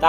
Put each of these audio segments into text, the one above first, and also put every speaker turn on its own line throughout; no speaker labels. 大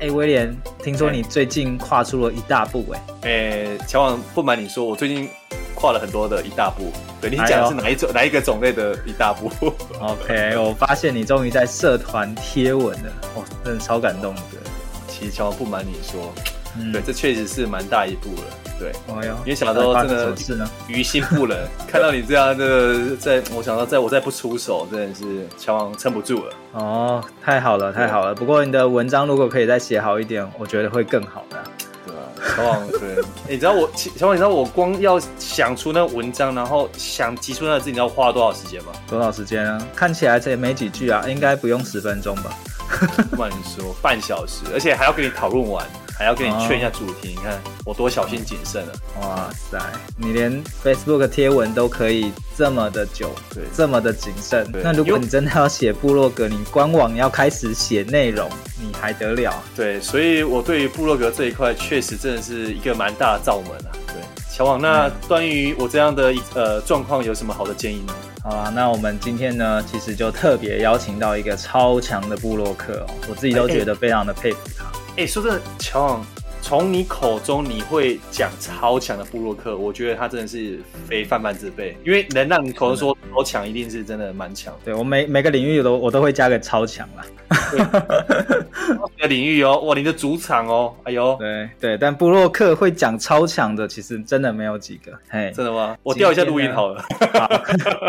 哎、威廉，听说你最近跨出了一大步、哎、
诶、乔王，不瞒你说，我最近跨了很多的一大步。对你
哎呦
讲的是哪一种、哪一个种类的一大步？
OK，我发现你终于在社团贴文了，哇，真的超感动的。
其实乔王不瞒你说，
嗯
对，，这确实是蛮大一步了。对，
哦
哎呦，
因为小时候真的
是呢，
于心不忍， 看到你这样的，在我想到，在我再不出手，真的是乔王撑不住了。
哦，太好了，太好了。不过你的文章如果可以再写好一点，我觉得会更好的。
对啊，小王，对， 欸你知道我，其小王，你知道我光要想出那文章，然后想提出那个字，你知道花了多少时间吗？
多少时间啊？看起来这也没几句啊，应该不用十分钟吧？
不瞒你说，半小时，而且还要跟你讨论完，还要跟你确认一下主题。你看我多小心谨慎啊！
哇塞，你连 Facebook 贴文都可以这么的久，
对
这么的谨慎。
对
那如
因
果
为
你真的要写部落格，你官网要开始写内容，你还得了？
对，所以我对于部落格这一块，确实真的是一个蛮大的罩门啊。对，小王，那关于我这样的一呃状况，有什么好的建议呢？
好啦，那我们今天呢，其实就特别邀请到一个超强的布洛克哦，我自己都觉得非常的佩服他。
哎、说真的，乔王，从你口中你会讲超强的布洛克，我觉得他真的是非泛泛之辈，因为能让你口中说超强，一定是真的蛮强的。
对我每每个领域都我都会加个超强啦。
你的领域哦，哇，你的主场哦，哎呦，
对对，但布洛克会讲超强的，其实真的没有几个。 嘿，
真的吗？我调一下录音好了，
好，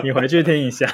你回去听一下。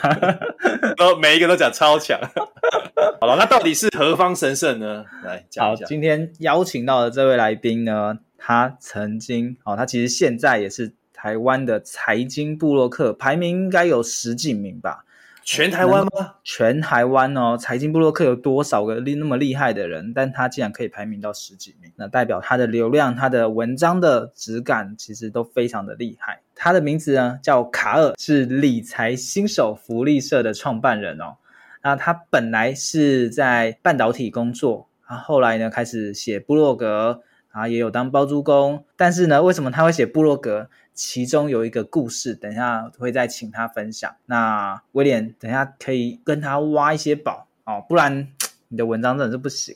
然后每一个都讲超强。 好了，那到底是何方神圣呢？来讲
好，
一下。
今天邀请到的这位来宾呢，他曾经哦，他其实现在也是台湾的财经布洛克，排名应该有十几名吧。
全台湾吗？
全台湾哦，财经布洛克有多少个厉那么厉害的人，但他竟然可以排名到十几名，那代表他的流量、他的文章的质感其实都非常的厉害。他的名字呢叫卡尔，是理财新手福利社的创办人哦。那他本来是在半导体工作，啊，后来呢开始写部落格，啊也有当包租公，但是呢，为什么他会写部落格？其中有一个故事，等一下会再请他分享。那威廉，等一下可以跟他挖一些宝哦，不然你的文章真的是不行。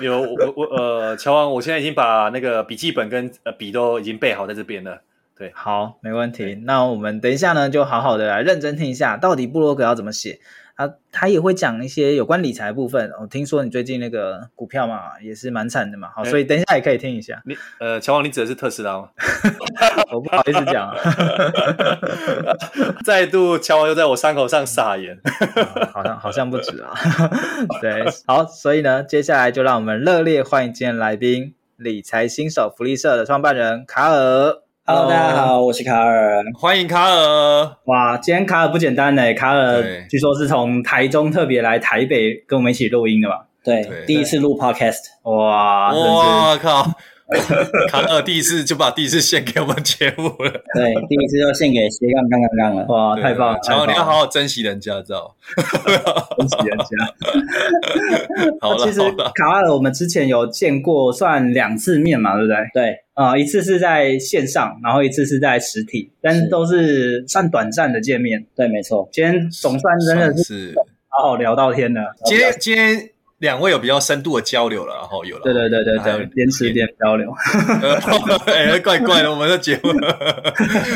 有我我呃，乔王，我现在已经把那个笔记本跟呃笔都已经备好在这边了。
好，没问题。那我们等一下呢，就好好的来认真听一下，到底部落格要怎么写啊？他也会讲一些有关理财的部分。我、哦听说你最近那个股票嘛，也是蛮惨的嘛，好，
哎
所以等一下也可以听一下。
你呃，乔王，你指的是特斯拉吗？
我不好意思讲、啊
再度乔王又在我伤口上撒盐。
好像好像不止啊。对，好，所以呢，接下来就让我们热烈欢迎今天来宾——理财新手福利社的创办人卡尔。哦
Hello，大家。好，我是卡尔。
欢迎卡尔。
哇，今天卡尔不简单
欸
呢，卡
对
尔据说是从台中特别来台北跟我们一起录音的嘛。对，
对
第一次录 podcast，
哇，真是
我靠！ 卡尔第一次就把第一次献给我们节目了，
对，第一次就献给斜杠杠杠杠了。
哇，啊太棒了！
乔王，
太
你要
棒
啊
了
好好珍惜人家，知道？
恭喜啊人家。
好了
其实
好了，
卡尔我们之前有见过算两次面嘛，对不对？
对，
啊、一次是在线上，然后一次是在实体，但是都是算短暂的见面。对，没错。今天总算真的
算
是
是
好好聊到天了。
今天今天
两位有比较深度的交流了，然后有了，
对对对对
还有
哎
对，边吃边交流。
呃，哎，怪怪的，我们的节目。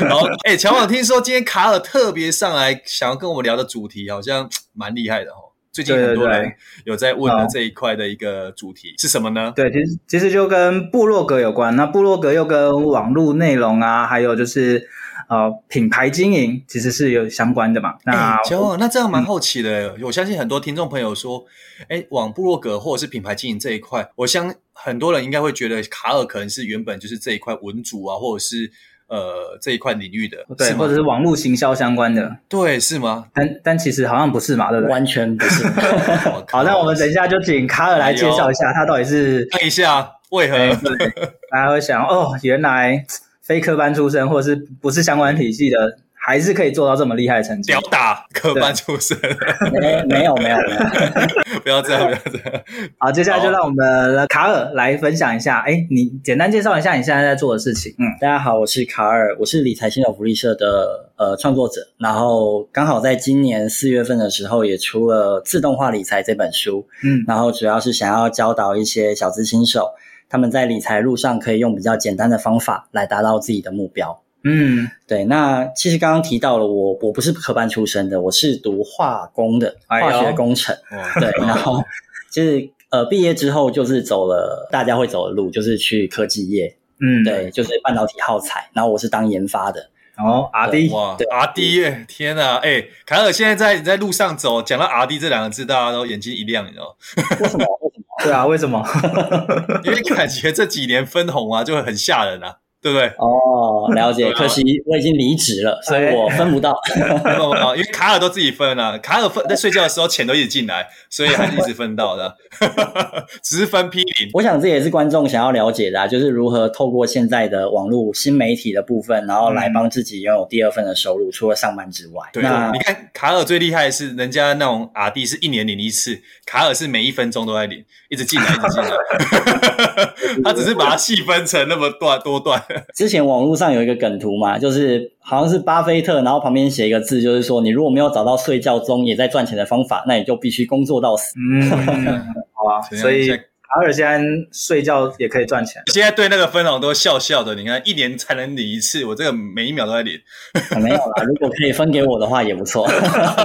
然后，哎，乔网听说今天卡尔特别上来，想要跟我们聊的主题好像嘖蛮厉害的哦。最近
对对
很多人
对
有在问的
哦
这一块的一个主题是什么呢？
对，其实其实就跟部落格有关，那部落格又跟网络内容啊，还有就是呃品牌经营，其实是有相关的嘛。那
哎乔网，那这样蛮好奇的。我相信很多听众朋友说，哎，往部落格或者是品牌经营这一块，我相很多人应该会觉得卡尔可能是原本就是这一块文主啊，或者是呃这一块领域的，
对，
是
或
吗
者？是网络行销相关的，
对，是吗？
但但其实好像不是嘛，对不对？
完全不是。
好，那我们等一下就请卡尔
哎
来介绍一下，他到底是
看一下为何。
哎 对大家会想哦，原来非科班出身，或是不是相关体系的，还是可以做到这么厉害的成绩
屌。打科班出身，
没没有没有没有，
不要这样，不要这样。
好，接下来就让我们的卡尔来分享一下，哎，你简单介绍一下你现在在做的事情。嗯，
大家好，我是卡尔，我是理财新手福利社的呃创作者，然后刚好在今年四月份的时候也出了《自动化理财》这本书，
嗯
然后主要是想要教导一些小资新手，他们在理财路上可以用比较简单的方法来达到自己的目标。
嗯，
对，那其实刚刚提到了我，我不是科班出身的，我是读化工的，
哎呦
化学工程。
哇
对，然后就是呃，毕业之后就是走了大家会走的路，就是去科技业。
嗯，
对，就是半导体耗材，然后我是当研发的。
然后哦阿弟，
哇，R D 耶，天啊，哎、凯尔现在在你在路上走，讲到 R D 这两个字，大家都眼睛一亮，你知道
为什么？为什么？
对啊，为什 么？
吗？因为感觉这几年分红啊，就会很吓人啊，对不对？
哦，了
啊
解。可惜我已经离职了，
哎
所以我分不到。
没有没有因为卡尔都自己分啊，卡尔分在睡觉的时候钱都一直进来，所以还是一直分到的， 只是分批零。
我想这也是观众想要了解的、啊，就是如何透过现在的网络新媒体的部分，然后来帮自己拥有第二份的收入，除了上班之外。
嗯对，
那
你看卡尔最厉害的是，人家那种 R D 是一年领一次，卡尔是每一分钟都在领，一直进来，一直进来。 他只是把它细分成那么段多 段。
之前网络上有一个梗图嘛，就是好像是巴菲特，然后旁边写一个字，就是说你如果没有找到睡觉中也在赚钱的方法，那你就必须工作到死。
嗯，好啊，所以
现在
卡尔现在睡觉也可以赚钱。
现在对那个分红都笑笑的，你看一年才能领一次，我这个每一秒都在领。
没有啦，如果可以分给我的话也不错。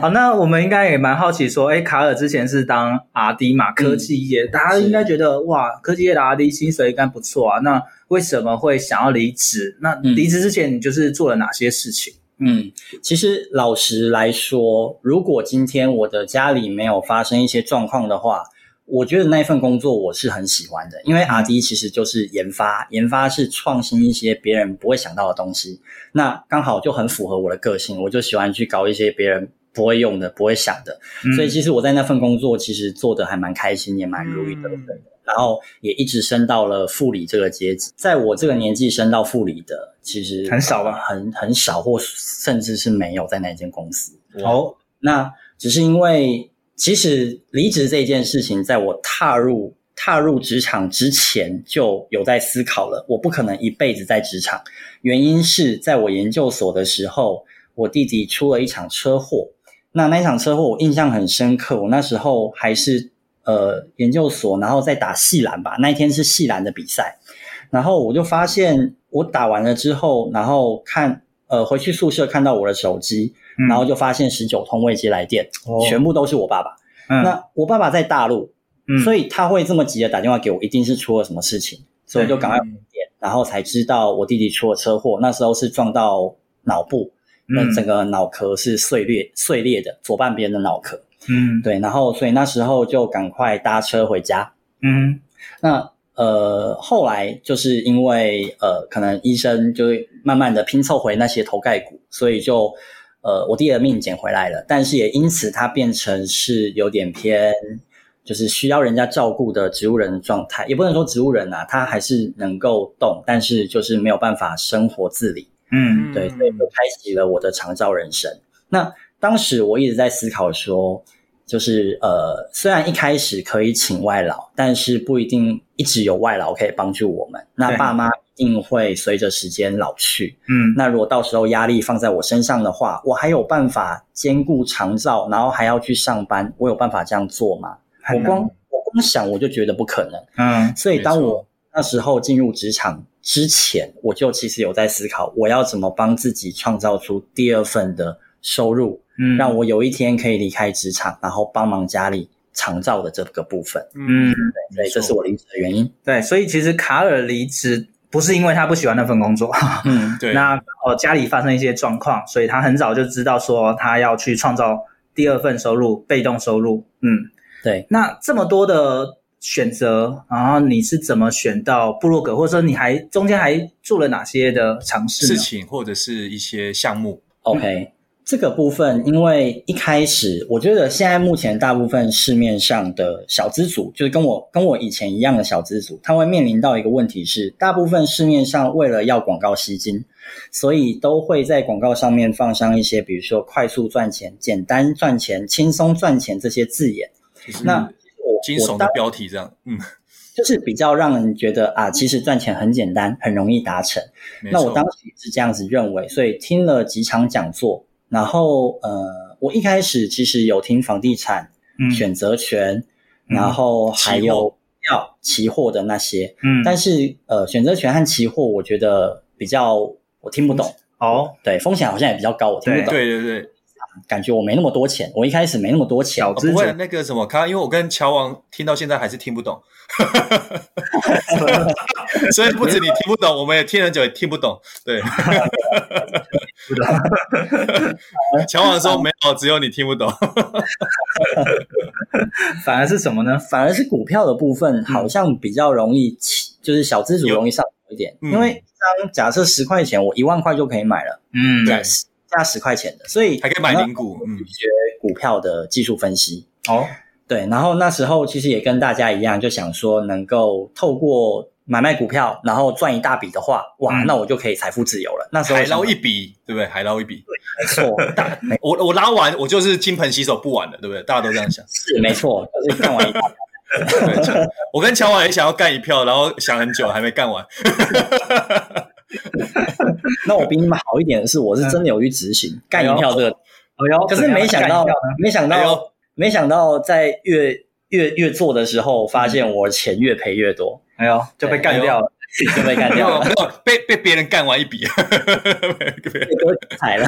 好，那我们应该也蛮好奇说，哎，卡尔之前是当 R D 嘛，
嗯
科技业，大家应该觉得哇，科技业的 R D 薪水应该不错啊。那为什么会想要离职？那
嗯
离职之前你就是做了哪些事情？
嗯，其实老实来说，如果今天我的家里没有发生一些状况的话，我觉得那份工作我是很喜欢的，因为 R D 其实就是研发，研发是创新一些别人不会想到的东西，那刚好就很符合我的个性，我就喜欢去搞一些别人不会用的、不会想的，
嗯
所以其实我在那份工作其实做的还蛮开心，也蛮如意的。
嗯
对然后也一直升到了副理这个阶级，在我这个年纪升到副理的，其实
很少吧
呃很很少，或甚至是没有在那间公司。
哦，
那只是因为，其实离职这件事情，在我踏入踏入职场之前就有在思考了。我不可能一辈子在职场，原因是在我研究所的时候，我弟弟出了一场车祸。那那一场车祸我印象很深刻，我那时候还是呃研究所，然后再打细篮吧。那一天是细篮的比赛，然后我就发现我打完了之后，然后看呃回去宿舍看到我的手机，
嗯
然后就发现十九通未接来电，全部都是我爸爸。
哦嗯
那我爸爸在大陆，
嗯
所以他会这么急的打电话给我，一定是出了什么事情，所以我就赶快
嗯
嗯
回电，然后才知道我弟弟出了车祸，那时候是撞到脑部，那
嗯
整个脑壳是碎裂碎裂的，左半边的脑壳。
嗯
对，然后所以那时候就赶快搭车回家，
嗯
那呃，后来就是因为呃，可能医生就慢慢的拼凑回那些头盖骨，所以就呃，我弟的命捡回来了，但是也因此他变成是有点偏，就是需要人家照顾的植物人的状态，也不能说植物人啊，他还是能够动，但是就是没有办法生活自理。
嗯
对，所以就开启了我的长照人生。那当时我一直在思考说，就是呃，虽然一开始可以请外劳，但是不一定一直有外劳可以帮助我们。那
对
爸妈一定会随着时间老去。
嗯，
那如果到时候压力放在我身上的话，我还有办法兼顾长照，然后还要去上班，我有办法这样做吗？我
很难
光我光想我就觉得不可能。
嗯
所以当
没错
我那时候进入职场之前，我就其实有在思考，我要怎么帮自己创造出第二份的收入，
嗯，
让我有一天可以离开职场，然后帮忙家里长照的这个部分。
嗯
对所以这
没错
是我离职的原因。
对，所以其实卡尔离职不是因为他不喜欢那份工作，
嗯，
对，
那哦家里发生一些状况，所以他很早就知道说他要去创造第二份收入，被动收入。嗯，
对，
那这么多的选择，然后你是怎么选到部落格，或者说你还中间还做了哪些的尝试
事
呢？
情或者是一些项目，
OK，这个部分，因为一开始我觉得现在目前大部分市面上的小资族，就是跟我跟我以前一样的小资族，他会面临到一个问题是，大部分市面上为了要广告吸金，所以都会在广告上面放上一些，比如说快速赚钱、简单赚钱、轻松赚钱这些字眼。
就是
那我
惊
我
悚的
当
标题这样，嗯，
就是比较让人觉得啊，其实赚钱很简单，很容易达成。
没
那
错
我当时也是这样子认为，所以听了几场讲座，然后呃，我一开始其实有听房地产、
嗯
选择权，
嗯
然后还
期货
有票期货的那些，
嗯，
但是呃，选择权和期货我觉得比较我听不懂，
哦，
对，风险好像也比较高，我听不懂，
对对对，
感觉我没那么多钱，我一开始没那么多钱，
小
哦、
资
不
者
会那个什么，刚因为我跟乔王听到现在还是听不懂， 所以不止你听不懂，我们也听很久也听不懂。 对，乔王说没有，只有你听不懂。
嗯
反而是什么呢？
反而是股票的部分
嗯
好像比较容易起，就是小资主容易上手一点，
嗯
因为一张假设十块钱，我一万块就可以买了，
嗯，
对，
加十块钱的，所以
还可以买零股，嗯，
学股票的技术分析。
哦，
对，然后那时候其实也跟大家一样，就想说能够透过买卖股票，然后赚一大笔的话，哇，
嗯
那我就可以财富自由了。那时候
海捞
想
一笔，对不对？海捞一笔，
没错，大
我我拉完我就是金盆洗手不玩了，对不对？大家都这样想。
是没错，就是干完一大笔。
对，我跟乔王也想要干一票，然后想很久还没干完。
那我比你们好一点的是，我是真的有去执
嗯
行干一票这个
哎呦，
可是
怎样
没想
干
到
掉，
没想
哎
到
呦，
没想到在越越越做的时候，发现我钱越赔越多，
哎呦，就被干掉了。
就被干
没
掉
有没
了，
有被被别人干完一笔，被别人
被割彩 了。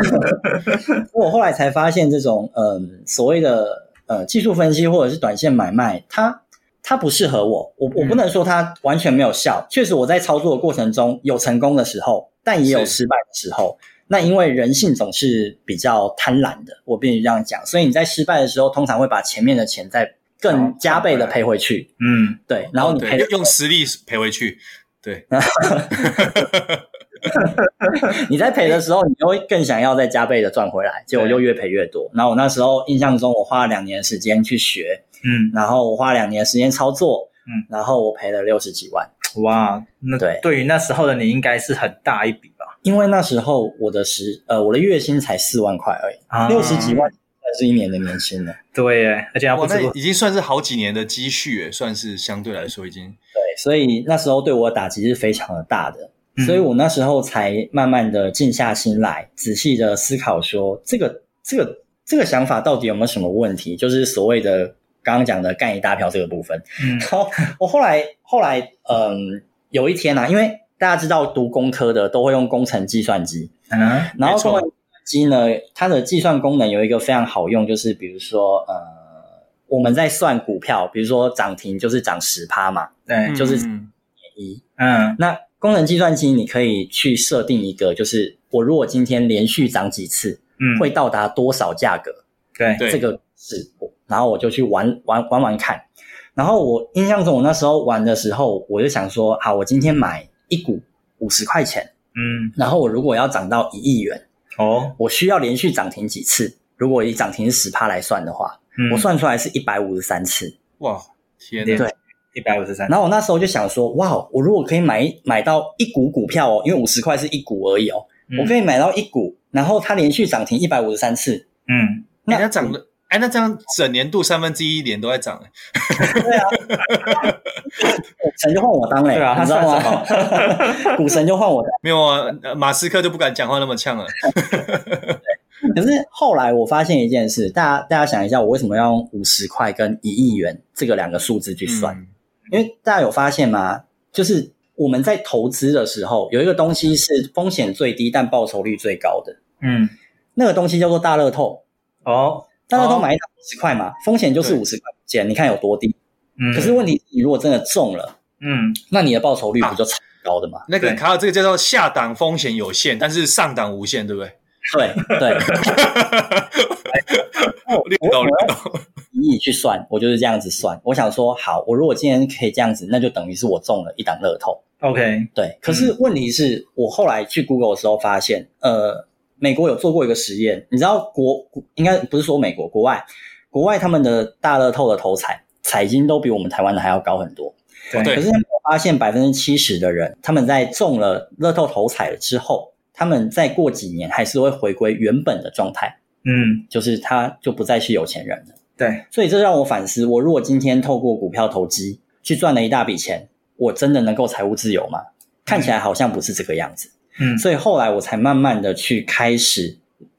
我后来才发现，这种嗯所谓的呃技术分析或者是短线买卖，它它不适合我。我我不
嗯
能说它完全没有效，确实我在操作的过程中有成功的时候，但也有
是
失败的时候。那因为人性总是比较贪婪的，我必须这样讲，所以你在失败的时候，通常会把前面的钱再
哦
更加倍的赔回去。
嗯，
对，然后你
对
赔
用用实力赔回去，对，
你在赔的时候，你就会更想要再加倍的赚回来，结果就越赔越多。然后我那时候印象中，我花了两年的时间去学，
嗯，
然后我花了两年的时间操作，
嗯，
然后我赔了六十几万，
哇，那
对
对于那时候的你应该是很大一笔吧？
因为那时候我的时呃我的月薪才四万块而已，
啊
六十几万算是一年的年薪了。
对耶，而且还
哇
不，
那
止
已经算是好几年的积蓄耶，算是相对来说已经
对，所以那时候对我的打击是非常的大的，
嗯
所以我那时候才慢慢的静下心来，仔细的思考说，这个这个这个想法到底有没有什么问题？就是所谓的刚刚讲的干一大票这个部分。
嗯
然后我后来后来嗯，有一天啊，因为大家知道读工科的都会用工程计算机，
嗯
然后
没错
工程计算机呢，它的计算功能有一个非常好用，就是比如说呃，我们在算股票，比如说涨停就是涨十趴嘛。
对，
就是
嗯
一。
嗯
那工程计算机你可以去设定一个，就是我如果今天连续涨几次，
嗯，
会到达多少价格？
对
对
这个是，然后我就去玩玩玩玩看。然后我印象中，我那时候玩的时候，我就想说，好，我今天买一股五十块钱，
嗯
然后我如果要涨到一亿元，
哦，
我需要连续涨停几次？如果以涨停十趴来算的话，
嗯
我算出来是一百五十三次。
哇，天
对
哪，
一百五十三，
然后我那时候就想说，哇，我如果可以买一买到一股股票哦，因为五十块是一股而已哦，
嗯
我可以买到一股，然后它连续涨停一百五十三次，
嗯
那
人家涨了哎，那这样整年度三分之一年都在涨、
股神就换我当嘞、
对啊
你知道吗？ 股神就换我当。
没有啊，呃马斯克就不敢讲话那么呛了。
可是后来我发现一件事，大家大家想一下，我为什么要用五十块跟一亿元这个两个数字去算？
嗯
因为大家有发现吗？就是我们在投资的时候，有一个东西是风险最低但报酬率最高的，
嗯，
那个东西叫做大乐透。
哦，
大乐透
哦
买一张五十块嘛，风险就是
对
五十块钱，你看有多低。
嗯，
可是问题是，你如果真的中了，
嗯，
那你的报酬率
啊
不就超高的吗？
那个
对
卡尔这个叫做下档风险有限，但是上档无限，对不对？
对对，哦
六到六到。
一亿去算，我就是这样子算。我想说，好，我如果今天可以这样子，那就等于是我中了一档乐透。
OK，
对，可是问题是、我后来去 Google 的时候发现，呃，美国有做过一个实验，你知道国应该不是说美国，国外国外他们的大乐透的头彩彩金都比我们台湾的还要高很多。
对
可是他们发现百分之七十的人，他们在中了乐透头彩了之后，他们再过几年还是会回归原本的状态，
嗯，
就是他就不再是有钱人了。
对，
所以这让我反思：我如果今天透过股票投机去赚了一大笔钱，我真的能够财务自由吗？看起来好像不是这个样子。
嗯
所以后来我才慢慢的去开始，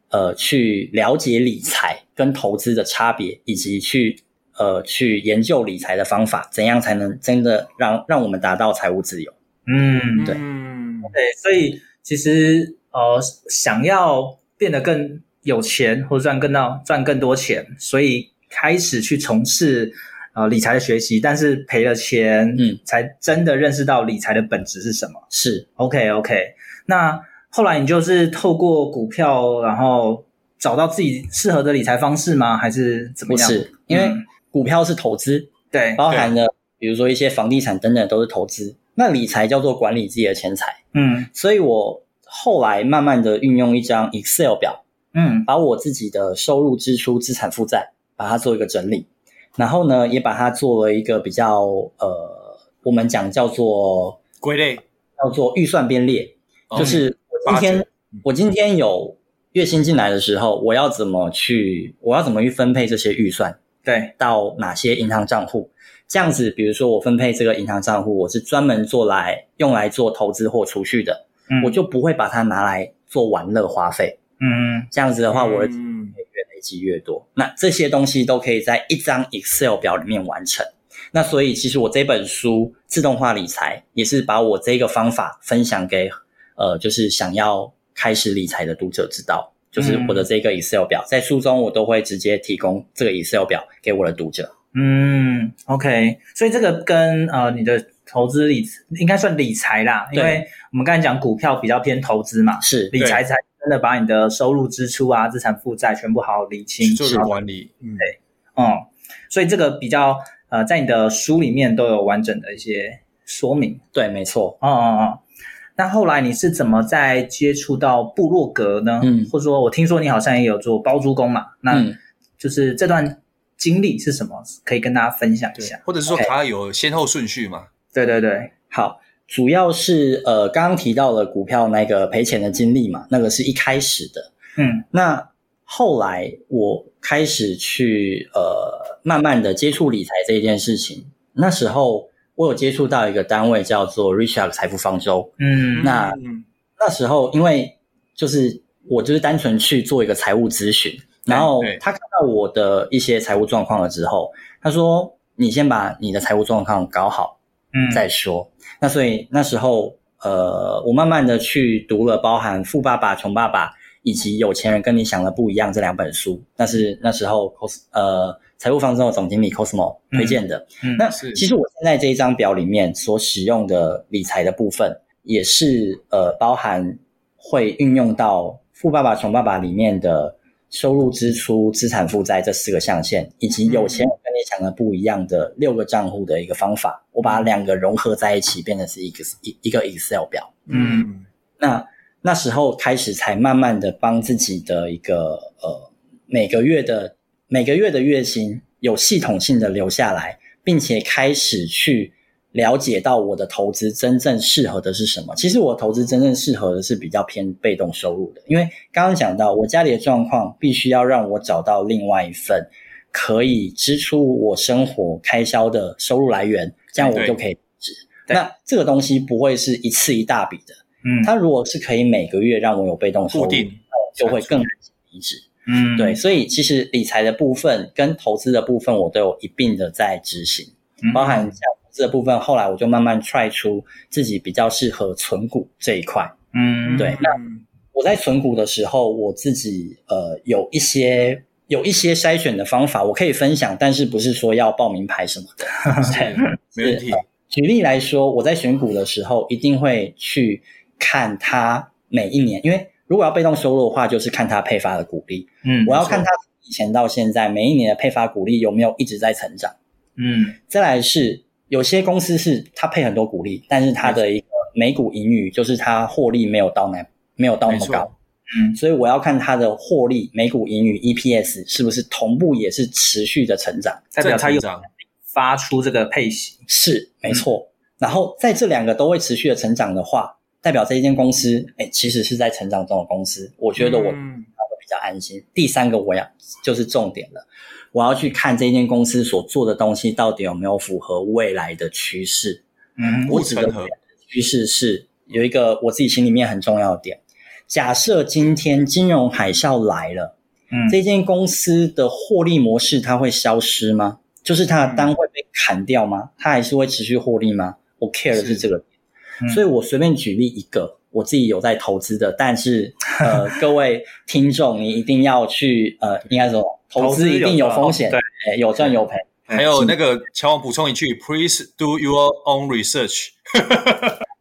呃，去了解理财跟投资的差别，以及去呃去研究理财的方法，怎样才能真的让让我们达到财务自由？
嗯，
对
嗯，
对，所以其实呃，想要变得更有钱或者赚更到赚更多钱，所以开始去从事呃理财的学习，但是赔了钱，
嗯，
才真的认识到理财的本质是什么。
是
OK OK，那后来你就是透过股票，然后找到自己适合的理财方式吗？还是怎么
不
样？嗯
是？因为哦股票是投资，
对，
包含了比如说一些房地产等等都是投资。那理财叫做管理自己的钱财。
嗯
所以我后来慢慢的运用一张 Excel 表，
嗯
把我自己的收入、支出、资产负债，把它做一个整理，然后呢，也把它做了一个比较呃，我们讲叫做
归类
叫做预算编列，
哦
就是我今
八
天我今天有月薪进来的时候，我要怎么去我要怎么去分配这些预算，
对，
到哪些银行账户。这样子，比如说我分配这个银行账户，我是专门做来用来做投资或储蓄的，
嗯
我就不会把它拿来做玩乐花费。
嗯
这样子的话，我的积
嗯
累越累积越多。那这些东西都可以在一张 Excel 表里面完成。那所以，其实我这本书《自动化理财》也是把我这个方法分享给呃，就是想要开始理财的读者知道。就是我的这个 Excel 表，在书中我都会直接提供这个 Excel 表给我的读者。
嗯，OK，所以这个跟呃你的投资理应该算理财啦，因
对
为我们刚才讲股票比较偏投资嘛，
是
理财才真的把你的收入、支出啊、资产负债全部好好理清，
就是
然后
管理，嗯，
嗯，所以这个比较呃，在你的书里面都有完整的一些说明。
对，没错。
哦哦哦，那后来你是怎么在接触到部落格呢？
嗯
或者说我听说你好像也有做包租公嘛，那
嗯，
就是这段经历是什么？可以跟大家分享一
对
下。，
或者是说
OK
卡尔有先后顺序嘛？
对对对，
好，主要是呃，刚刚提到了股票那个赔钱的经历嘛，那个是一开始的。
嗯
那后来我开始去呃，慢慢的接触理财这一件事情。那时候我有接触到一个单位叫做 Richard 财富方舟。
嗯
那
嗯
那时候因为就是我就是单纯去做一个财务咨询，然后
对
他看到我的一些财务状况了之后，他说：“你先把你的财务状况搞好，
嗯，
再说。那所以那时候，呃，我慢慢的去读了包含《富爸爸穷爸爸》以及《有钱人跟你想的不一样》这两本书，那是那时候 cos 呃财务方舟的总经理 Cosmo 推荐的。
嗯嗯
那
是
其实我现在这一张表里面所使用的理财的部分，也是呃包含会运用到《富爸爸穷爸爸》里面的。收入、支出、资产负债这四个象限，以及有钱人跟你想的不一样的六个账户的一个方法，我把两个融合在一起，变成是一个一一个 Excel 表。
嗯，
那那时候开始才慢慢的帮自己的一个呃每个月的每个月的月薪有系统性的留下来，并且开始去了解到我的投资真正适合的是什么。其实我投资真正适合的是比较偏被动收入的，因为刚刚讲到我家里的状况，必须要让我找到另外一份可以支出我生活开销的收入来源，这样我就可以支。那这个东西不会是一次一大笔的，
嗯，
它如果是可以每个月让我有被动收入，
固
那
定
我就会更理解。
嗯，
对，，所以其实理财的部分跟投资的部分，我都有一并的在执行，
嗯
包含像投资的部分，后来我就慢慢踹出自己比较适合存股这一块。
嗯，
对，那我在存股的时候，我自己呃有一些有一些筛选的方法，我可以分享，但是不是说要报名牌什么的。
没问题。
举例来说，我在选股的时候，一定会去看它每一年，因为如果要被动收入的话，就是看它配发的股利。
嗯，
我要看它以前到现在每一年的配发股利有没有一直在成长。
嗯，
再来是有些公司是它配很多股利，但是它的一个每股盈余就是它获利没有到那没有到那么
没
高
错。
嗯
所以我要看它的获利每股盈余 EPS 是不是同步也是持续的成长。
代表它
正
有
成长
发出这个配息，
是，没错。然后在这两个都会持续的成长的话，代表这一间公司，哎，其实是在成长中的公司。我觉得我
嗯
会比较安心。第三个，我要就是重点了，我要去看这间公司所做的东西到底有没有符合未来的趋势。
嗯
我
护
指的
城河
趋势是有一个我自己心里面很重要的点。假设今天金融海啸来了，
嗯
这间公司的获利模式它会消失吗？就是它的单会被砍掉吗？它还是会持续获利吗？我 care 的是这个
嗯
所以我随便举例一个，我自己有在投资的，但 是呃，各位听众，你一定要去呃，应该说投资一定有风险，
对，
哎有赚有赔。
还有那个乔王补充一句，Please do your own research。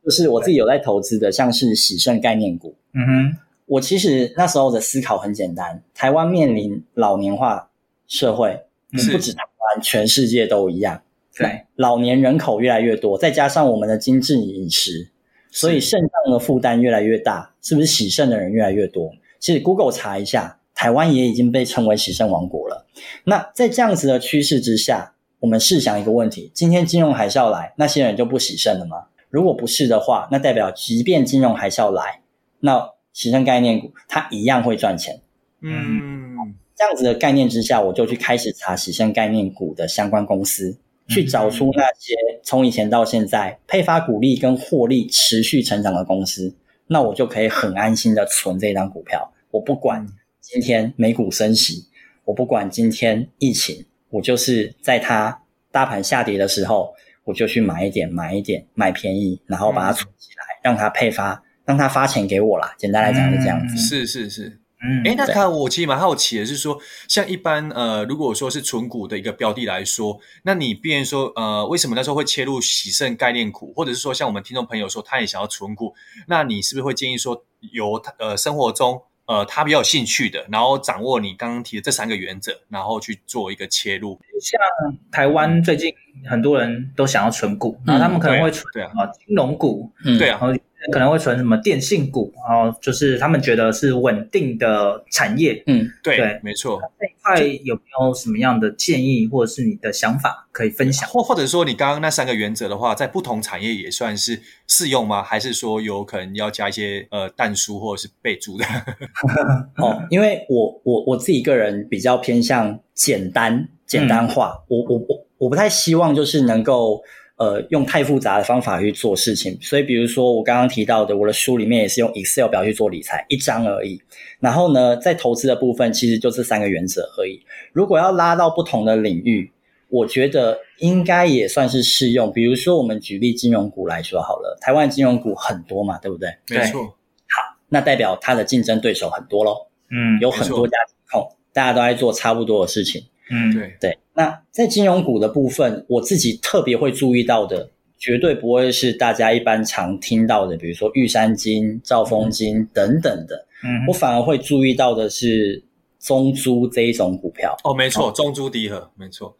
就是我自己有在投资的，像是喜盛概念股，
嗯哼，
我其实那时候的思考很简单，台湾面临老年化社会，
是
嗯不止台湾，全世界都一样。
对，
老年人口越来越多，再加上我们的精致饮食，所以肾脏的负担越来越大，是不是洗肾的人越来越多？其实 Google 查一下，台湾也已经被称为洗肾王国了。那在这样子的趋势之下，我们试想一个问题：今天金融海啸来，那些人就不洗肾了吗？如果不是的话，那代表即便金融海啸来，那洗肾概念股它一样会赚钱。
嗯，
这样子的概念之下，我就去开始查洗肾概念股的相关公司，去找出那些从以前到现在配发股利跟获利持续成长的公司，那我就可以很安心的存这张股票。我不管今天美股升息，我不管今天疫情，我就是在它大盘下跌的时候，我就去买一点，买一点，买便宜，然后把它存起来，让它配发，让它发钱给我啦。简单来讲是这样子。
是是是。
嗯，
哎，那
对
看我其实蛮好奇的是说，像一般呃，如果说是纯股的一个标的来说，那你变成说呃，为什么那时候会切入喜盛概念股，或者是说像我们听众朋友说他也想要纯股，那你是不是会建议说由他呃生活中呃他比较有兴趣的，然后掌握你刚刚提的这三个原则，然后去做一个切入？
台湾最近很多人都想要存股，然后他们可能会存
对啊
什么金融股，
嗯
对
然
啊，
后可能会存什么电信股，然后就是他们觉得是稳定的产业。
嗯，
对
对，
没错。
这一块有没有什么样的建议，或者是你的想法可以分享？
或或者说，你刚刚那三个原则的话，在不同产业也算是适用吗？还是说有可能要加一些呃蛋书或者是备注的？ 嗯
哦，因为我我我自己个人比较偏向简单简单
嗯
化，我我我我不太希望就是能够呃用太复杂的方法去做事情，所以比如说我刚刚提到的，我的书里面也是用 Excel 表去做理财，一张而已。然后呢，在投资的部分其实就这三个原则而已。如果要拉到不同的领域，我觉得应该也算是适用。比如说我们举例金融股来说好了，台湾金融股很多嘛，对不对？
没错，
那代表它的竞争对手很多喽。
嗯
有很多家金控，大家都在做差不多的事情。
嗯，
对，
对，那在金融股的部分，我自己特别会注意到的，绝对不会是大家一般常听到的，比如说玉山金、兆
嗯
丰金等等的。
嗯
我反而会注意到的是中租这一种股票，
哦，没错，中珠迪和，没错，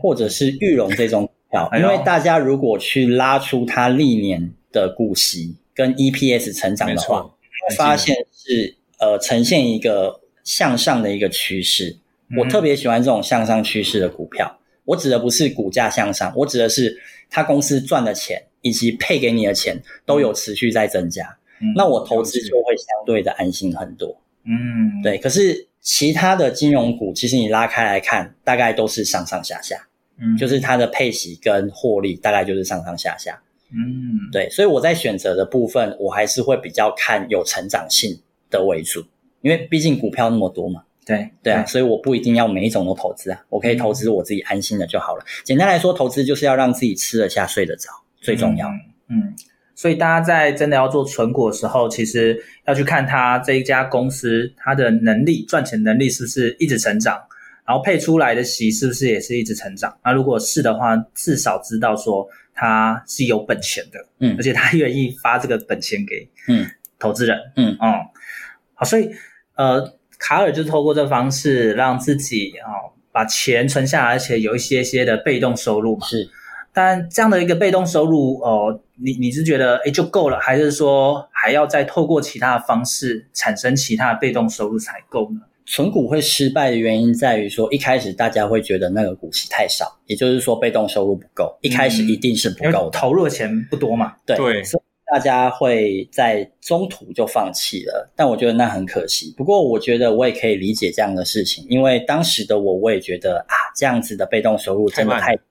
或者是玉龙这种股 票，
哎
因
呦
为大家如果去拉出它历年的股息跟 EPS 成长
没
的话，
错，
发现是呃呈现
嗯
一个向上的一个趋势。我特别喜欢这种向上趋势的股票，我指的不是股价向上，我指的是他公司赚的钱以及配给你的钱都有持续在增加，
嗯
那我投资就会相对的安心很多。
嗯，
对，可是其他的金融股，其实你拉开来看，大概都是上上下下，
嗯
就是它的配息跟获利大概就是上上下下。
嗯
对，所以我在选择的部分，我还是会比较看有成长性的为主，因为毕竟股票那么多嘛。
对
对啊，，所以我不一定要每一种都投资啊，我可以投资我自己安心的就好
嗯
了。简单来说，投资就是要让自己吃得下、睡得着，最重要。
嗯，所以大家在真的要做存股的时候，其实要去看它这一家公司它的能力、赚钱能力是不是一直成长，然后配出来的息是不是也是一直成长。那如果是的话，至少知道说它是有本钱的，
嗯
而且它愿意发这个本钱给
嗯
投资人，
嗯
哦、好，所以呃，卡尔就透过这方式让自己哦把钱存下来，而且有一些些的被动收入嘛。
是，
但这样的一个被动收入，哦，你你是觉得诶就够了，还是说还要再透过其他的方式产生其他的被动收入才够呢？
存股会失败的原因在于说，一开始大家会觉得那个股息太少，也就是说被动收入不够，一开
嗯
始一定是不
因为
够的。
投入的钱不多嘛。
对，
对
所以大家会在中途就放弃了，但我觉得那很可惜。不过我觉得我也可以理解这样的事情，因为当时的我，我也觉得啊，这样子的被动收入真的
太慢了
太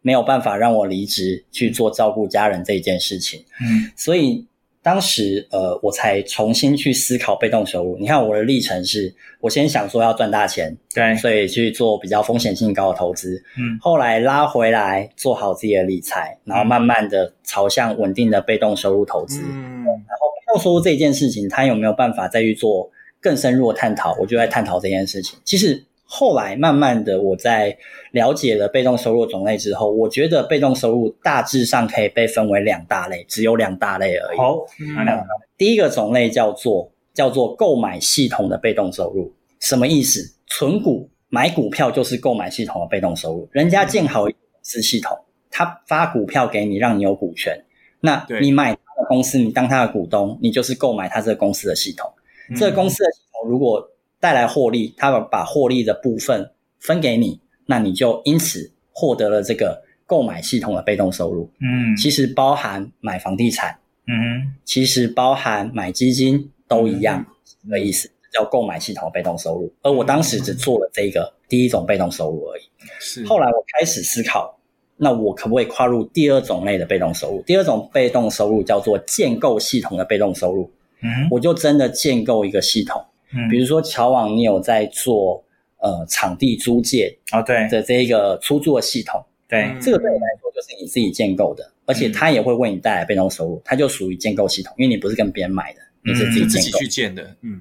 没有办法让我离职去做照顾家人这一件事情。
嗯，
所以当时呃，我才重新去思考被动收入。你看我的历程是，我先想说要赚大钱，
对，
所以去做比较风险性高的投资。
嗯
后来拉回来，做好自己的理财，然后慢慢的朝向稳定的被动收入投资。然
嗯，
后被动收入这一件事情，它有没有办法再去做更深入的探讨？我就在探讨这件事情。其实后来慢慢的，我在了解了被动收入种类之后，我觉得被动收入大致上可以被分为两大类，只有两大类而已。
好，嗯哪两个
第一个种类叫做叫做购买系统的被动收入，什么意思？存股买股票就是购买系统的被动收入，人家建好一个公司系统，他发股票给你，让你有股权，那
对
你买他的公司，你当他的股东，你就是购买他这个公司的系统。
嗯
这个公司的系统如果带来获利，他把获利的部分分给你，那你就因此获得了这个购买系统的被动收入。
嗯
其实包含买房地产。
嗯
其实包含买基金都一样的意思，叫购买系统的被动收入。而我当时只做了这个第一种被动收入而已。
是
后来我开始思考，那我可不可以跨入第二种类的被动收入？第二种被动收入叫做建构系统的被动收入，
嗯
我就真的建构一个系统。
嗯
比如说乔网，你有在做呃场地租借
哦，对
的这一个出租的系统，
对，
嗯
这个对你来说就是你自己建构的，而且它也会为你带来被动收入，它就属于建构系统，因为你不是跟别人买的，你是自己
嗯就自己
建构。
去建的，嗯，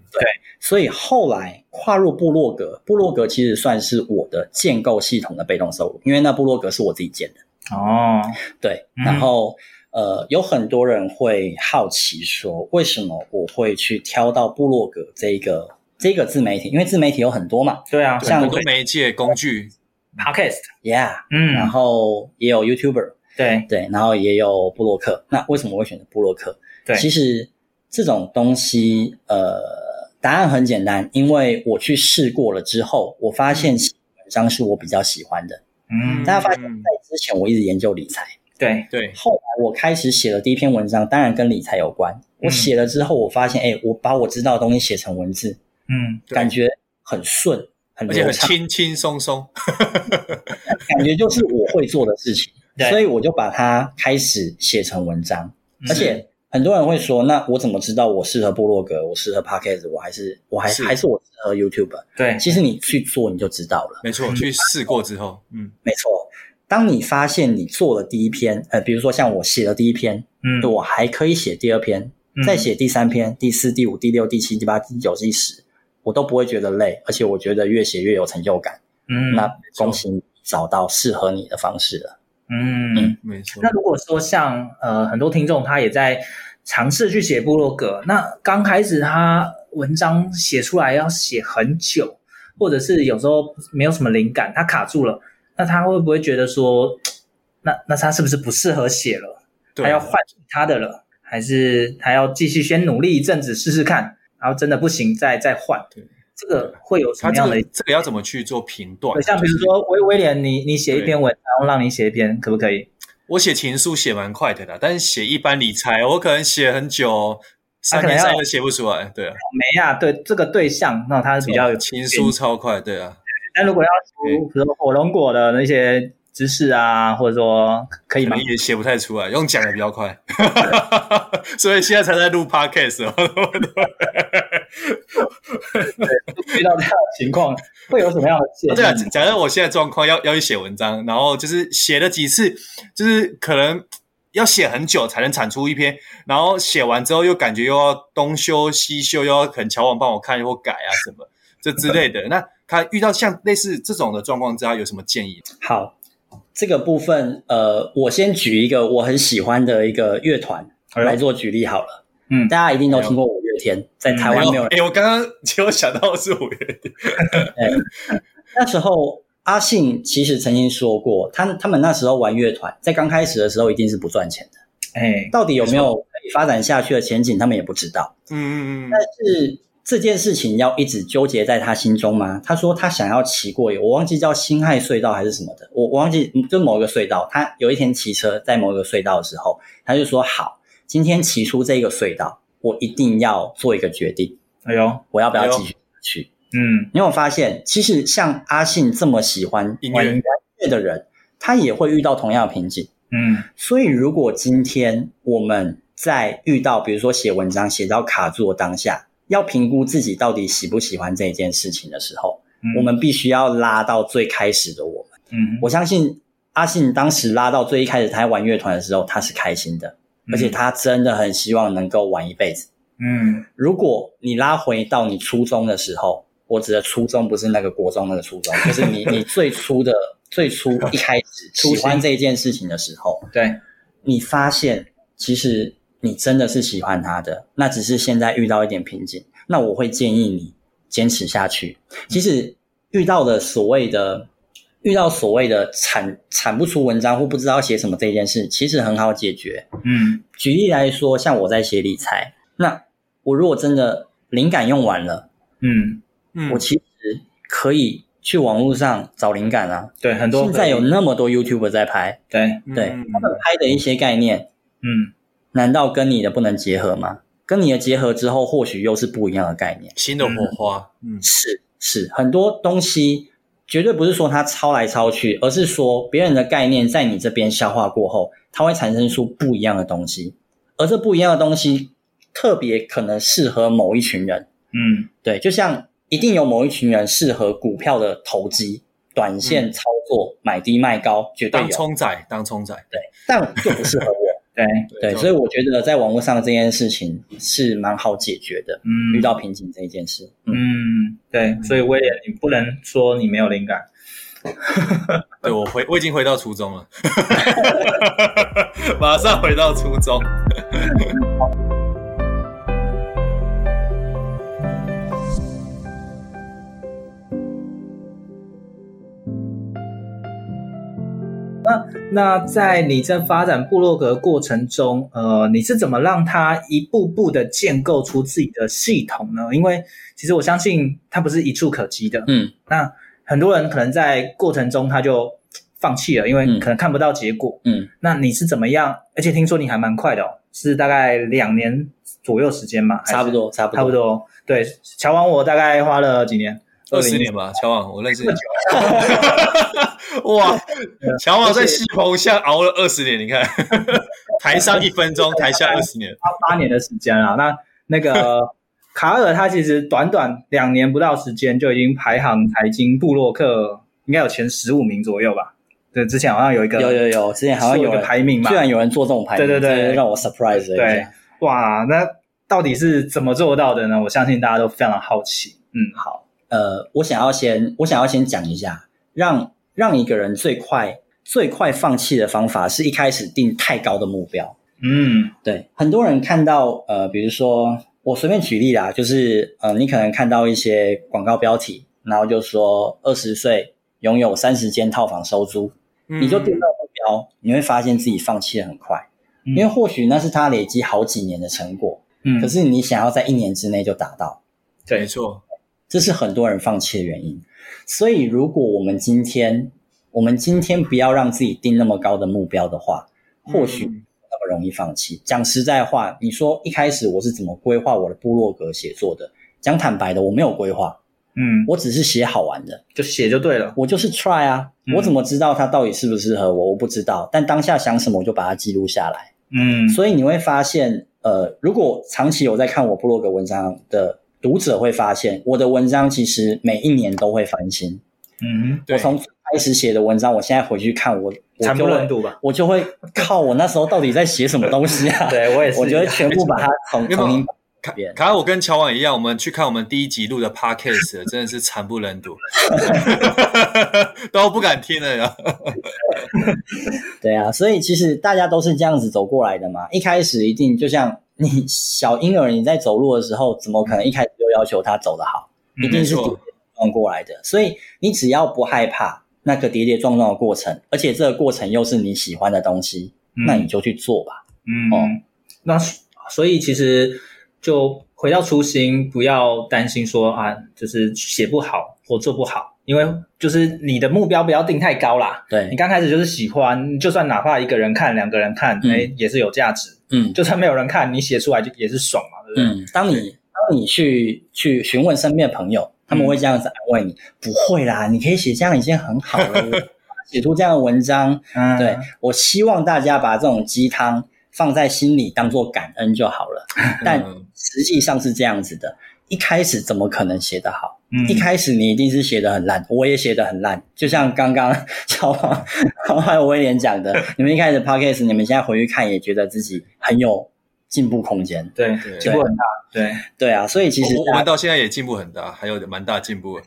所以后来跨入部落格，部落格其实算是我的建构系统的被动收入，因为那部落格是我自己建的。
哦，
对，
嗯
然后、呃，有很多人会好奇说，为什么我会去挑到部落格这一个这个自媒体？因为自媒体有很多嘛
对啊，
像
像
很多媒介工具，
podcast，
，Yeah，然
嗯，
后也有 YouTuber，
对，
对，然后也有布洛克。那为什么我会选择布洛克？
对
其实这种东西，呃，答案很简单，因为我去试过了之后，我发现写文章是我比较喜欢的。
嗯，
大家发现，
嗯
在之前我一直研究理财，
对，
对，
后来我开始写的第一篇文章，当然跟理财有关。
嗯
我写了之后，我发现，哎、我把我知道的东西写成文字，
嗯，
对
感觉很顺，很
而且
流
很
畅，
轻轻松松，
感觉就是我会做的事 情，
对
所以我就把它开始写成文章。
嗯
而且很多人会说，那我怎么知道我适合部落格，我适合 podcast，我还是我还
是
还是我适合 YouTube？
对，
其实你去做你就知道了。
没错，去试过之后，嗯，
没错，当你发现你做了第一篇，呃，比如说像我写了第一篇，
嗯，
我还可以写第二篇，
嗯
再写第三篇、第四、第五、第六、第七、第八、第九、第十，我都不会觉得累，而且我觉得越写越有成就感。
嗯，
那恭喜你找到适合你的方式了。
嗯。
没错
那，如果说像呃很多听众他也在尝试去写部落格，那刚开始他文章写出来要写很久，或者是有时候没有什么灵感，他卡住了，那他会不会觉得说，那那他是不是不适合写了？
对
他要换其他的了，还是他要继续先努力一阵子试试看，然后真的不行再再换
对？
这个会有什
他
么
这
样的
个？这个要怎么去做评断
对？像比如
就是
说威威廉，你你写一篇文章，让你写一篇，可不可以？
我写情书写蛮快的啦，但是写一般理财，我可能写很久，哦
啊
三天三夜都写不出来。对啊，
没啊，对这个对象，那他是比较
哦
有
情书超快，对啊，
但如果要出，比如说火龙果的那些知识啊，或者说可以
可
吗
能？也写不太出来，用讲的比较快， 所以现在才在录 podcast 哦。
遇到这样的情况，会有什么样的
哦
建议？
对啊，假设我现在状况要要去写文章，然后就是写了几次，就是可能要写很久才能产出一篇，然后写完之后又感觉又要东修西修，又要可能乔网帮我看或改啊什么这之类
嗯
的。那他遇到像类似这种的状况之下，有什么建议？
好，这个部分，呃，我先举一个我很喜欢的一个乐团
哎
呦
来做举例好了。
嗯
大家一定都听过五月天，在台嗯湾没有人。
哎、我刚刚 结果想到是五月天，
那时候阿信其实曾经说过，他他们那时候玩乐团，在刚开始的时候一定是不赚钱的，
哎，
到底有没有可以发展下去的前景，他们也不知道。
嗯嗯嗯
但，是这件事情要一直纠结在他心中吗？他说他想要骑过，我忘记叫辛亥隧道还是什么的，我我忘记嗯就某一个隧道。他有一天骑车在某一个隧道的时候，他就说好，今天骑出这个隧道，我一定要做一个决定，
哎呦，
我要不要
哎呦
继续去？
嗯，
你有没有发现，其实像阿信这么喜欢
音乐
玩音乐的人，他也会遇到同样的瓶颈。
嗯，
所以，如果今天我们在遇到，比如说写文章写到卡住的当下，要评估自己到底喜不喜欢这一件事情的时候，
嗯
我们必须要拉到最开始的我们。
嗯，
我相信阿信当时拉到最一开始他在玩乐团的时候，他是开心的，而且他真的很希望能够玩一辈子。
嗯，
如果你拉回到你初中的时候，我指的初中不是那个国中那个初中， 就是你你最初的最初一开始喜欢这件事情的时候，
对，
你发现其实你真的是喜欢他的，那只是现在遇到一点瓶颈。那我会建议你坚持下去。其实遇到的所谓的遇到所谓的产产不出文章或不知道写什么这件事，其实很好解决。
嗯，
举例来说，像我在写理财，那我如果真的灵感用完了，
嗯，
嗯
我其实可以去网络上找灵感啊。
对，很多
现在有那么多 YouTube 在拍，
对，
嗯
对他们拍的一些概念，
嗯，
难道跟你的不能结合吗？跟你的结合之后，或许又是不一样的概念。
新的火花，嗯，
是是，很多东西绝对不是说它抄来抄去，而是说别人的概念在你这边消化过后，它会产生出不一样的东西，而这不一样的东西特别可能适合某一群人。
嗯，
对，就像一定有某一群人适合股票的投机、短
嗯
线操作、买低卖高，绝对
当
有，
冲仔，当冲仔，
但就不适合 我。
对，
对，所以我觉得在网络上这件事情是蛮好解决的，
嗯，
遇到瓶颈这一件事。嗯，
嗯，对，所以威廉，你不能说你没有灵感，
对我回我已经回到初中 了，马上回到初中。
那在你在发展部落格的过程中，呃，你是怎么让它一步步的建构出自己的系统呢？因为其实我相信它不是一触可及的。
嗯，
那很多人可能在过程中他就放弃了，因为
嗯
可能看不到结果。
嗯，
那你是怎么样？而且听说你还蛮快的哦，是大概两年左右时间嘛？还是
差不，多，差不多，
差不。多。哦对，乔王我大概花了几年？
二十年吧，乔王，我认识你。 哇，乔王在西棚下熬了二十年，你 看，台上一分 钟，台下二十年。
八年的时间啦。那那 个卡尔他其实短短两年不到时间就已经排行财经部落客应该有前十五名左右吧？对，之前好像有一个
有有有，之前好像
有
有
一个
人，
排名嘛
居。然有人做这种排名，
对对对
这让我 surprise 了一
对
下。，
哇，那到底是怎么做到的呢？我相信大家都非常好奇。嗯，好，
呃，我想要先，我想要先讲一下，让让一个人最快最快放弃的方法，是一开始定太高的目标。
嗯
对，很多人看到呃，比如说我随便举例啦，就是呃，你可能看到一些广告标题，然后就说二十岁拥有三十间套房收租，
嗯
你就定到目标，你会发现自己放弃的很快，
嗯
因为或许那是他累积好几年的成果，
嗯，
可是你想要在一年之内就达到，
没错，
这是很多人放弃的原因。所以，如果我们今天，我们今天不要让自己定那么高的目标的话，或许没那么容易放弃。讲实在话，你说一开始我是怎么规划我的部落格写作的？讲坦白的，我没有规划，
嗯，
我只是写好玩的，
就写就对了。
我就是 try 啊，我怎么知道它到底适不适合我？我不知道，但当下想什么我就把它记录下来。
嗯，
所以你会发现，呃，如果长期有在看我部落格文章的读者会发现，我的文章其实每一年都会翻新。
嗯，
我
对，
从最开始写的文章，我现在回去看，我我
惨
就
不忍
会
睹吧。
我就会靠我那时候到底在写什么东西啊？
对我也是，
我觉得全部把它重
没错
重新
卡
变
卡尔，我跟乔王一样，我们去看我们第一集录的 podcast，了真 的是惨不忍睹， 都不敢听了呀。
对啊，所以其实大家都是这样子走过来的嘛。一开始一定就像你小婴儿你在走路的时候，怎么可能一开始就要求他走得好？一定是
没
跌
错
跌撞过来的。所以你只要不害怕那个跌跌撞撞的过程，而且这个过程又是你喜欢的东西，那你就去做吧。
嗯，
哦
那所以其实就回到初心，不要担心说啊，就是写不好或做不好，因为就是你的目标不要定太高啦。你
对，
刚开始就是喜欢，就算哪怕一个人看、两个人看，
嗯
哎、也是有价值。
嗯
就算没有人看，你写出来就也是爽嘛，对不对？
嗯，当你当你去去询问身边的朋友，他们会这样子安慰你：不会啦，你可以写这样已经很好了， 我写出这样的文章。
嗯
对，我希望大家把这种鸡汤放在心里，当做感恩就好 了。但实际上是这样子的，一开始怎么可能写得好？
嗯
一开始你一定是写得很烂，我也写得很烂。就像刚刚 小王、小王还有威廉讲的，你们一开始 podcast，你们现在回去看也觉得自己很有进步空间。
对，
对
进步很大。对，
对啊，所以其实
我我
大
们
家
到现在也进步很大，还有蛮大 进步的。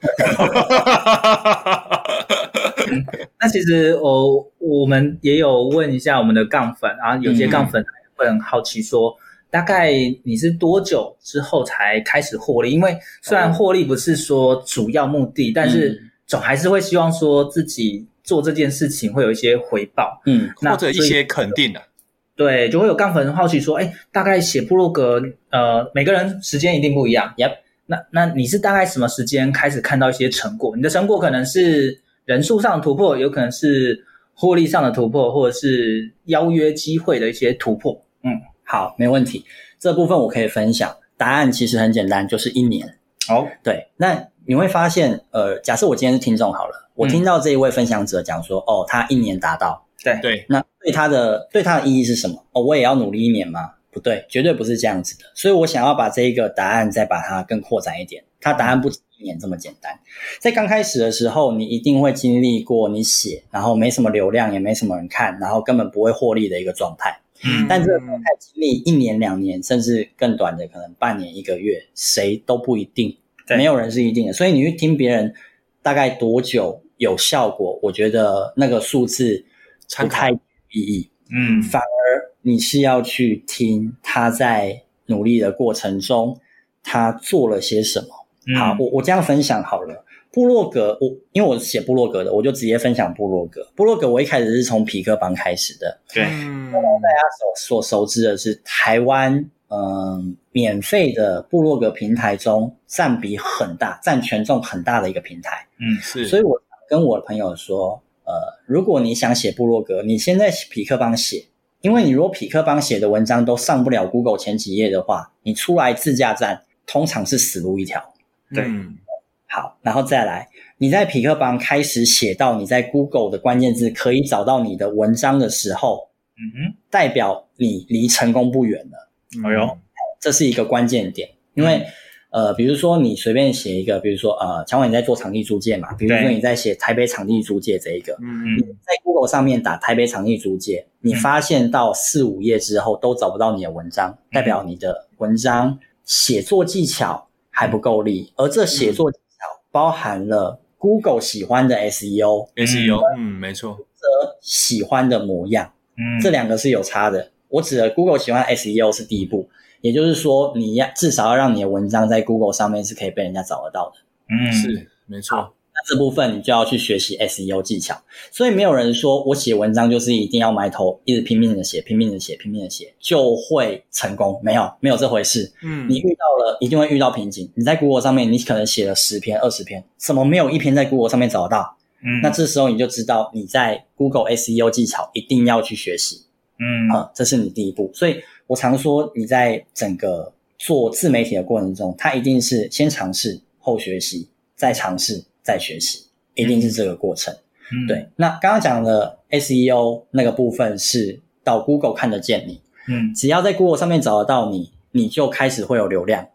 那其实哦，我们也有问一下我们的杠粉啊，有些杠粉会很好奇说，大概你是多久之后才开始获利？因为虽然获利不是说主要目的，但是总还是会希望说自己做这件事情会有一些回报。
嗯，
那
或者一
所以
些肯定的、啊，
对，就会有杠粉好奇说，哎，大概写部落格，呃，每个人时间一定不一样。
Yep
那那你是大概什么时间开始看到一些成果？你的成果可能是人数上的突破，有可能是获利上的突破，或者是邀约机会的一些突破。嗯
好，没问题。这部分我可以分享，答案其实很简单，就是一年。
好，
对，那你会发现，呃，假设我今天是听众好了，我
嗯
听到这一位分享者讲说，哦，他一年达到，
对
对，
那对他的对他的意义是什么？哦，我也要努力一年吗？不对，绝对不是这样子的。所以我想要把这一个答案再把它更扩展一点，它答案不止一年这么简单。在刚开始的时候，你一定会经历过你写，然后没什么流量，也没什么人看，然后根本不会获利的一个状态。
嗯
但这个状态经历一年、两年，甚至更短的，可能半年、一个月，谁都不一定，
对
没有人是一定的。所以你去听别人大概多久有效果，我觉得那个数字不
参考
太有意义。
嗯
反而你是要去听他在努力的过程中，他做了些什么。
嗯
嗯
好，我我这样分享好了。部落格，我因为我是写部落格的，我就直接分享部落格。部落格我一开始是从匹克帮开始的，
对
嗯，
所所熟知的是台湾，嗯、免费的部落格平台中占比很大，占权重很大的一个平台。
嗯
是，
所以我跟我的朋友说，呃，如果你想写部落格，你先在匹克帮写，因为你如果匹克帮写的文章都上不了 Google 前几页的话，你出来自驾站通常是死路一条。
对
嗯
好，然后再来，你在匹克帮开始写到你在 Google 的关键字可以找到你的文章的时候，
嗯
代表你离成功不远了。
哼，哎呦，
这是一个关键点，因为、呃，比如说你随便写一个，比如说呃，强伟你在做场地租借嘛，比如说
对
你在写台北场地租借这一个，
嗯，
在 Google 上面打台北场地租借，你发现到四五页之后都找不到你的文章，代表你的文章写作技巧还不够力，而这写作技巧包含了 Google 喜欢的 SEO
也是有，嗯，没错，
和喜欢的模样。
嗯，
这两个是有差的。我指的 Google 喜欢 SEO 是第一步，也就是说，你要至少要让你的文章在 Google 上面是可以被人家找得到的。
嗯
是没错，
那这部分你就要去学习 SEO 技巧。所以没有人说我写文章就是一定要埋头，一直拼命的写，拼命的写，拼命的写就会成功，没有没有这回事。
嗯
你遇到了一定会遇到瓶颈。你在 Google 上面，你可能写了十篇、二十篇，怎么没有一篇在 Google 上面找得到？
嗯
那这时候你就知道你在 Google SEO 技巧一定要去学习。
嗯
啊，这是你第一步。所以我常说，你在整个做自媒体的过程中，它一定是先尝试，后学习，再尝试，再学习，一定是这个过程。
嗯
对，那刚刚讲的 SEO 那个部分是到 Google 看得见你，
嗯
只要在 Google 上面找得到你，你就开始会有流量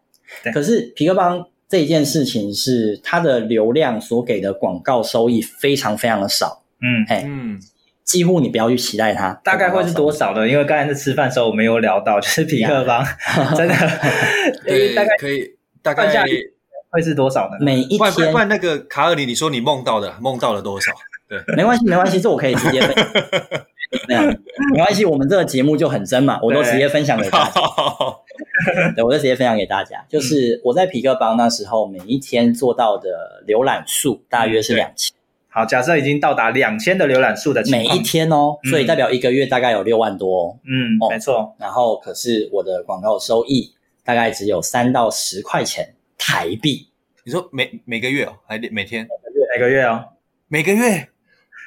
对。
可是皮克邦这一件事情是它的流量所给的广告收益非常非常的少，
嗯，
哎、
嗯，
几乎你不要去期待它，
大概会是多少呢？因为刚才在吃饭的时候我们有聊到，就是匹克 邦真的
对，
大概
可以大
算下
概
来，会是多少呢？
每一
不然不然
天
不然那个卡尔里，你说你梦到的梦到了多少？
没关系，没关系，这我可以直接分享。对啊，没关系，我们这个节目就很真嘛，我都直接分享给大
好
家。对，我就直接分享给大家。就是我在皮克邦那时候，每一天做到的浏览数大约是
嗯对
两千、
好，假设已经到达两千的浏览数的情
每
况
一，天哦，
嗯
所以代表一个月大概有六万多、哦。
嗯，
哦
没错，
然后可是我的广告收益大概只有三到十块钱台币，
你说每每个月哦，还每天
每个月哦，
每个月？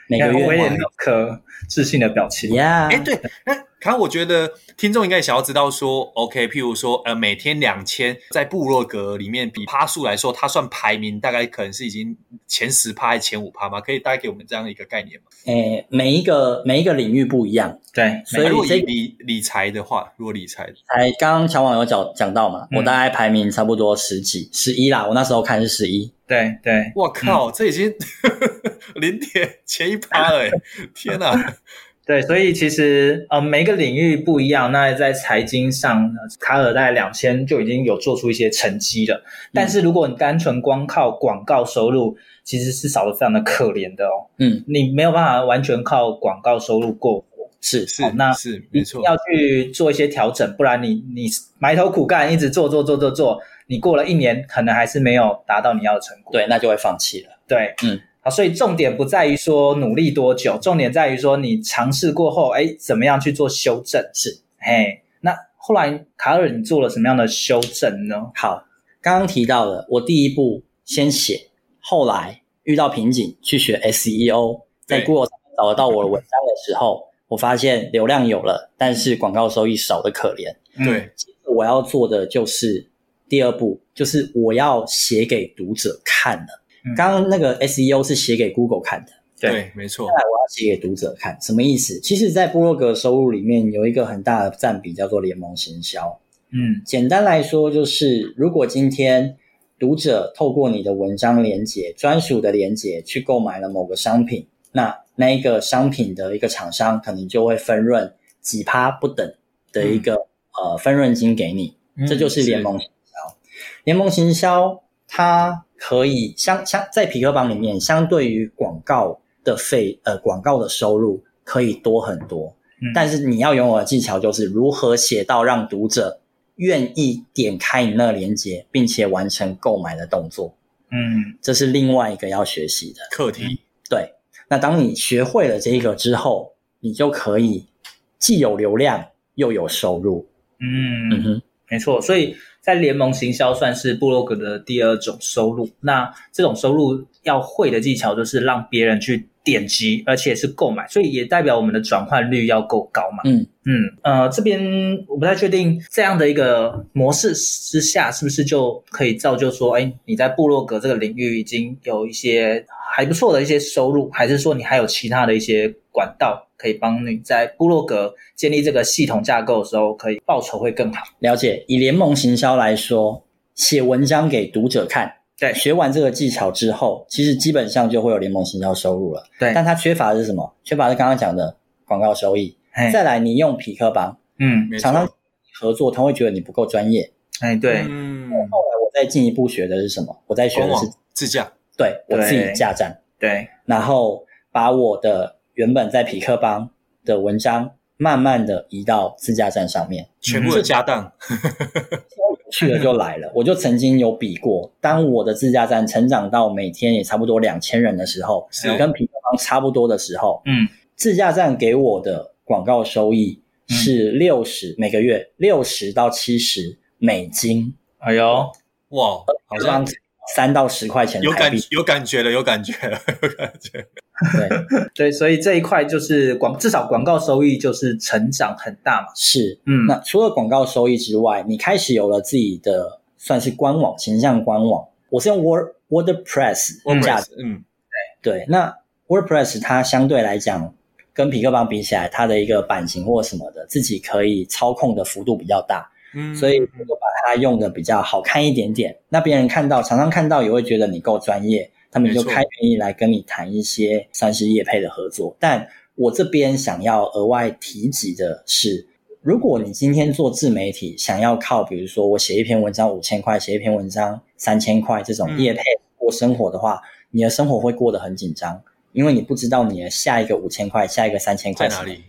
每个
我
月。
也有可自信的表情，
呀
哎，对，那卡尔，我觉得听众应该想要知道说，OK，譬如说，呃，每天两千，在部落格里面比趴数来说，它算排名大概可能是已经前十趴还是前五趴吗？可以大概给我们这样一个概念吗？
哎，每一个每一个领域不一样，
对，
所以
如果
这
以理理财的话，如果理财，
才刚刚乔网有讲讲到嘛，
嗯
我大概排名差不多十几、十一啦，我那时候看是十一，
对对，
我靠，这已经 零点前一趴了，哎 天哪！
对，所以其实呃，每个领域不一样。那在财经上，呃卡尔在两千就已经有做出一些成绩了。
嗯
但是如果你单纯光靠广告收入，其实是少的非常的可怜的哦。
嗯，
你没有办法完全靠广告收入过活，
是
是
好那
是
一
没
定
错，
要去做一些调整，不然你你埋头苦干，一直做做做做做，你过了一年，可能还是没有达到你要的成果。
对，那就会放弃了。
对，
嗯，
好，所以重点不在于说努力多久，重点在于说你尝试过后，哎，怎么样去做修正？是，哎，那后来卡尔你做了什么样的修正呢？
好，刚刚提到了，我第一步先写，后来遇到瓶颈去学 SEO，在
对
Google 上面找得到我的文章的时候，我发现流量有了，但是广告收益少的可怜。
对，
接着我要做的就是第二步，就是我要写给读者看的。
嗯
刚刚那个 SEO 是写给 Google 看的。
对
对，没错
接下，来我要写给读者看，什么意思？其实，在部落格收入里面有一个很大的占比叫做联盟行销。
嗯
简单来说，就是如果今天读者透过你的文章连接、专属的连接去购买了某个商品，那那一个商品的一个厂商可能就会分润几趴不等的一个、呃分润金给你，
嗯
这就是联盟行销。联盟行销它可以相相在匹克榜里面，相对于广告的费呃广告的收入可以多很多，
嗯
但是你要拥有的技巧就是如何写到让读者愿意点开你那个链接，并且完成购买的动作，
嗯
这是另外一个要学习的。
课题，
对，那当你学会了这个之后，你就可以既有流量又有收入。嗯
嗯，
哼，
没错。所以在联盟行销算是部落格的第二种收入。那这种收入要会的技巧就是让别人去点击，而且是购买，所以也代表我们的转换率要够高嘛。
嗯。
嗯，呃，这边我不太确定这样的一个模式之下，是不是就可以造就说，哎，你在部落格这个领域已经有一些还不错的一些收入，还是说你还有其他的一些管道可以帮你在部落格建立这个系统架构的时候，可以报酬会更好？
了解，以联盟行销来说，写文章给读者看，
对
学完这个技巧之后，其实基本上就会有联盟行销收入了。
对
但它缺乏的是什么？缺乏是刚刚讲的广告收益。
哎，
再来，你用匹克邦
嗯，
嗯没
常常
错，
合作，他会觉得你不够专业。
哎，对，
嗯，
后来我再进一步学的是什么？我在学
官
的
网
是
自驾，
对我自己
对
架站，
对，
然后把我的原本在匹克邦的文章慢慢的移到自架站上面。
全部的家当，
收入去了就来了。我就曾经有比过，当我的自驾站成长到每天也差不多两千人的时候，
是
跟品牌方差不多的时候，
嗯，
自驾站给我的广告收益
嗯
是六十、每个月六十到七十美金，
哎呦，
哇，好像
三到十块钱
有
台
感
币。
有感觉了，有感觉了，有感觉。
对，
对，所以这一块就是广，至少广告收益就是成长很大嘛。
是。
嗯，
那除了广告收益之外，你开始有了自己的算是官网形象官网，我是用 Word WordPress 架
WordPress，嗯，
对，那 WordPress 它相对来讲跟匹克邦比起来，它的一个版型或什么的，自己可以操控的幅度比较大，
嗯
所以我就把它用的比较好看一点点。那别人看到，常常看到也会觉得你够专业，他们就
没错
开愿意来跟你谈一些算是业配的合作。但我这边想要额外提及的是。如果你今天做自媒体，想要靠比如说我写一篇文章五千块，写一篇文章三千块这种
嗯
业配过生活的话，你的生活会过得很紧张，因为你不知道你的下一个五千块、下一个三千块
在哪
什么
里？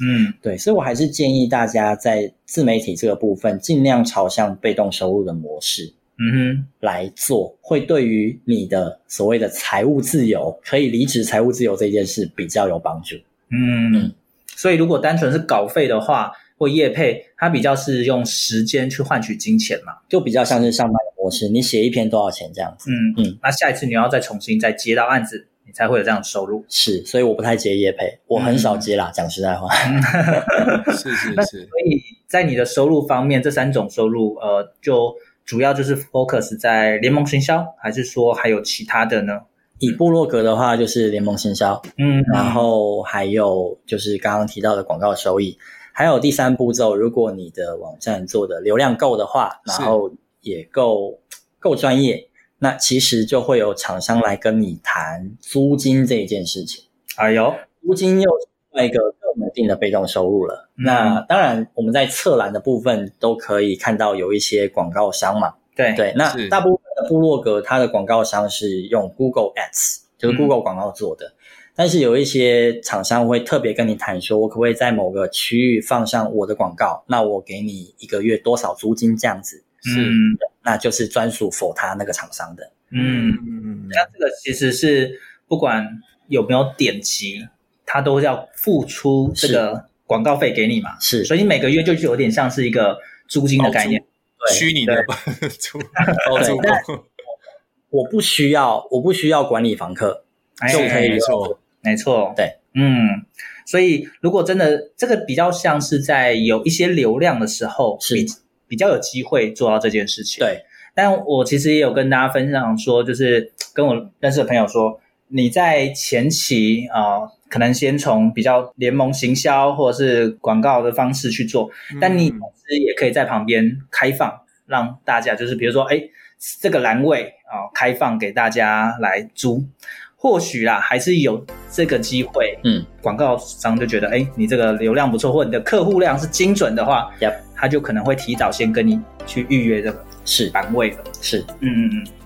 嗯，
对，所以我还是建议大家在自媒体这个部分，尽量朝向被动收入的模式
嗯
来做，会对于你的所谓的财务自由，可以离职财务自由这件事比较有帮助。
哼，嗯，所以如果单纯是稿费的话，或业配，它比较是用时间去换取金钱嘛。
就比较像是上班的模式，你写一篇多少钱这样子？
嗯
嗯，
那下一次你要再重新再接到案子，你才会有这样的收入。
是，所以我不太接业配，我很少接啦，讲实在话。
是是是，
所以在你的收入方面，这三种收入，呃，就主要就是 focus 在联盟行销，还是说还有其他的呢？
以部落格的话，就是联盟行销，
嗯，
然后还有就是刚刚提到的广告收益，还有第三步骤，如果你的网站做的流量够的话，然
是
后也够够专业，那其实就会有厂商来跟你谈租金这一件事情。
哎呦，
租金又是另外一个更稳定的被动收入了。
嗯
那当然，我们在侧栏的部分都可以看到有一些广告商嘛，
对，
对，那
是
大部分的部落格它的广告商是用 Google Ads，就是 Google 广告做的。但是有一些厂商会特别跟你谈说，我可不可以在某个区域放上我的广告？那我给你一个月多少租金这样子，
是，
嗯
那就是专属否他那个厂商的。
嗯
嗯，嗯嗯
那这个其实是不管有没有点击，它都要付出这个广告费给你嘛，
是
所以你每个月就是有点像是一个租
哦
金的概念。
对
虚拟的 租包租
对
公，
我不需要，我不需要管理房客，
哎
就可以
没错，
没错，
对，
嗯，所以如果真的这个比较像是在有一些流量的时候，
是
比比较有机会做到这件事情。
对，
但我其实也有跟大家分享说，就是跟我认识的朋友说，你在前期啊、呃可能先从比较联盟行销或者是广告的方式去做，但你
嗯
同时也可以在旁边开放，让大家就是比如说，哎，这个栏位啊、开放给大家来租，或许啦，还是有这个机会。
嗯，
广告商就觉得，哎，你这个流量不错，或你的客户量是精准的话
Yep
他就可能会提早先跟你去预约这个
是
栏位了。
是。
嗯嗯嗯。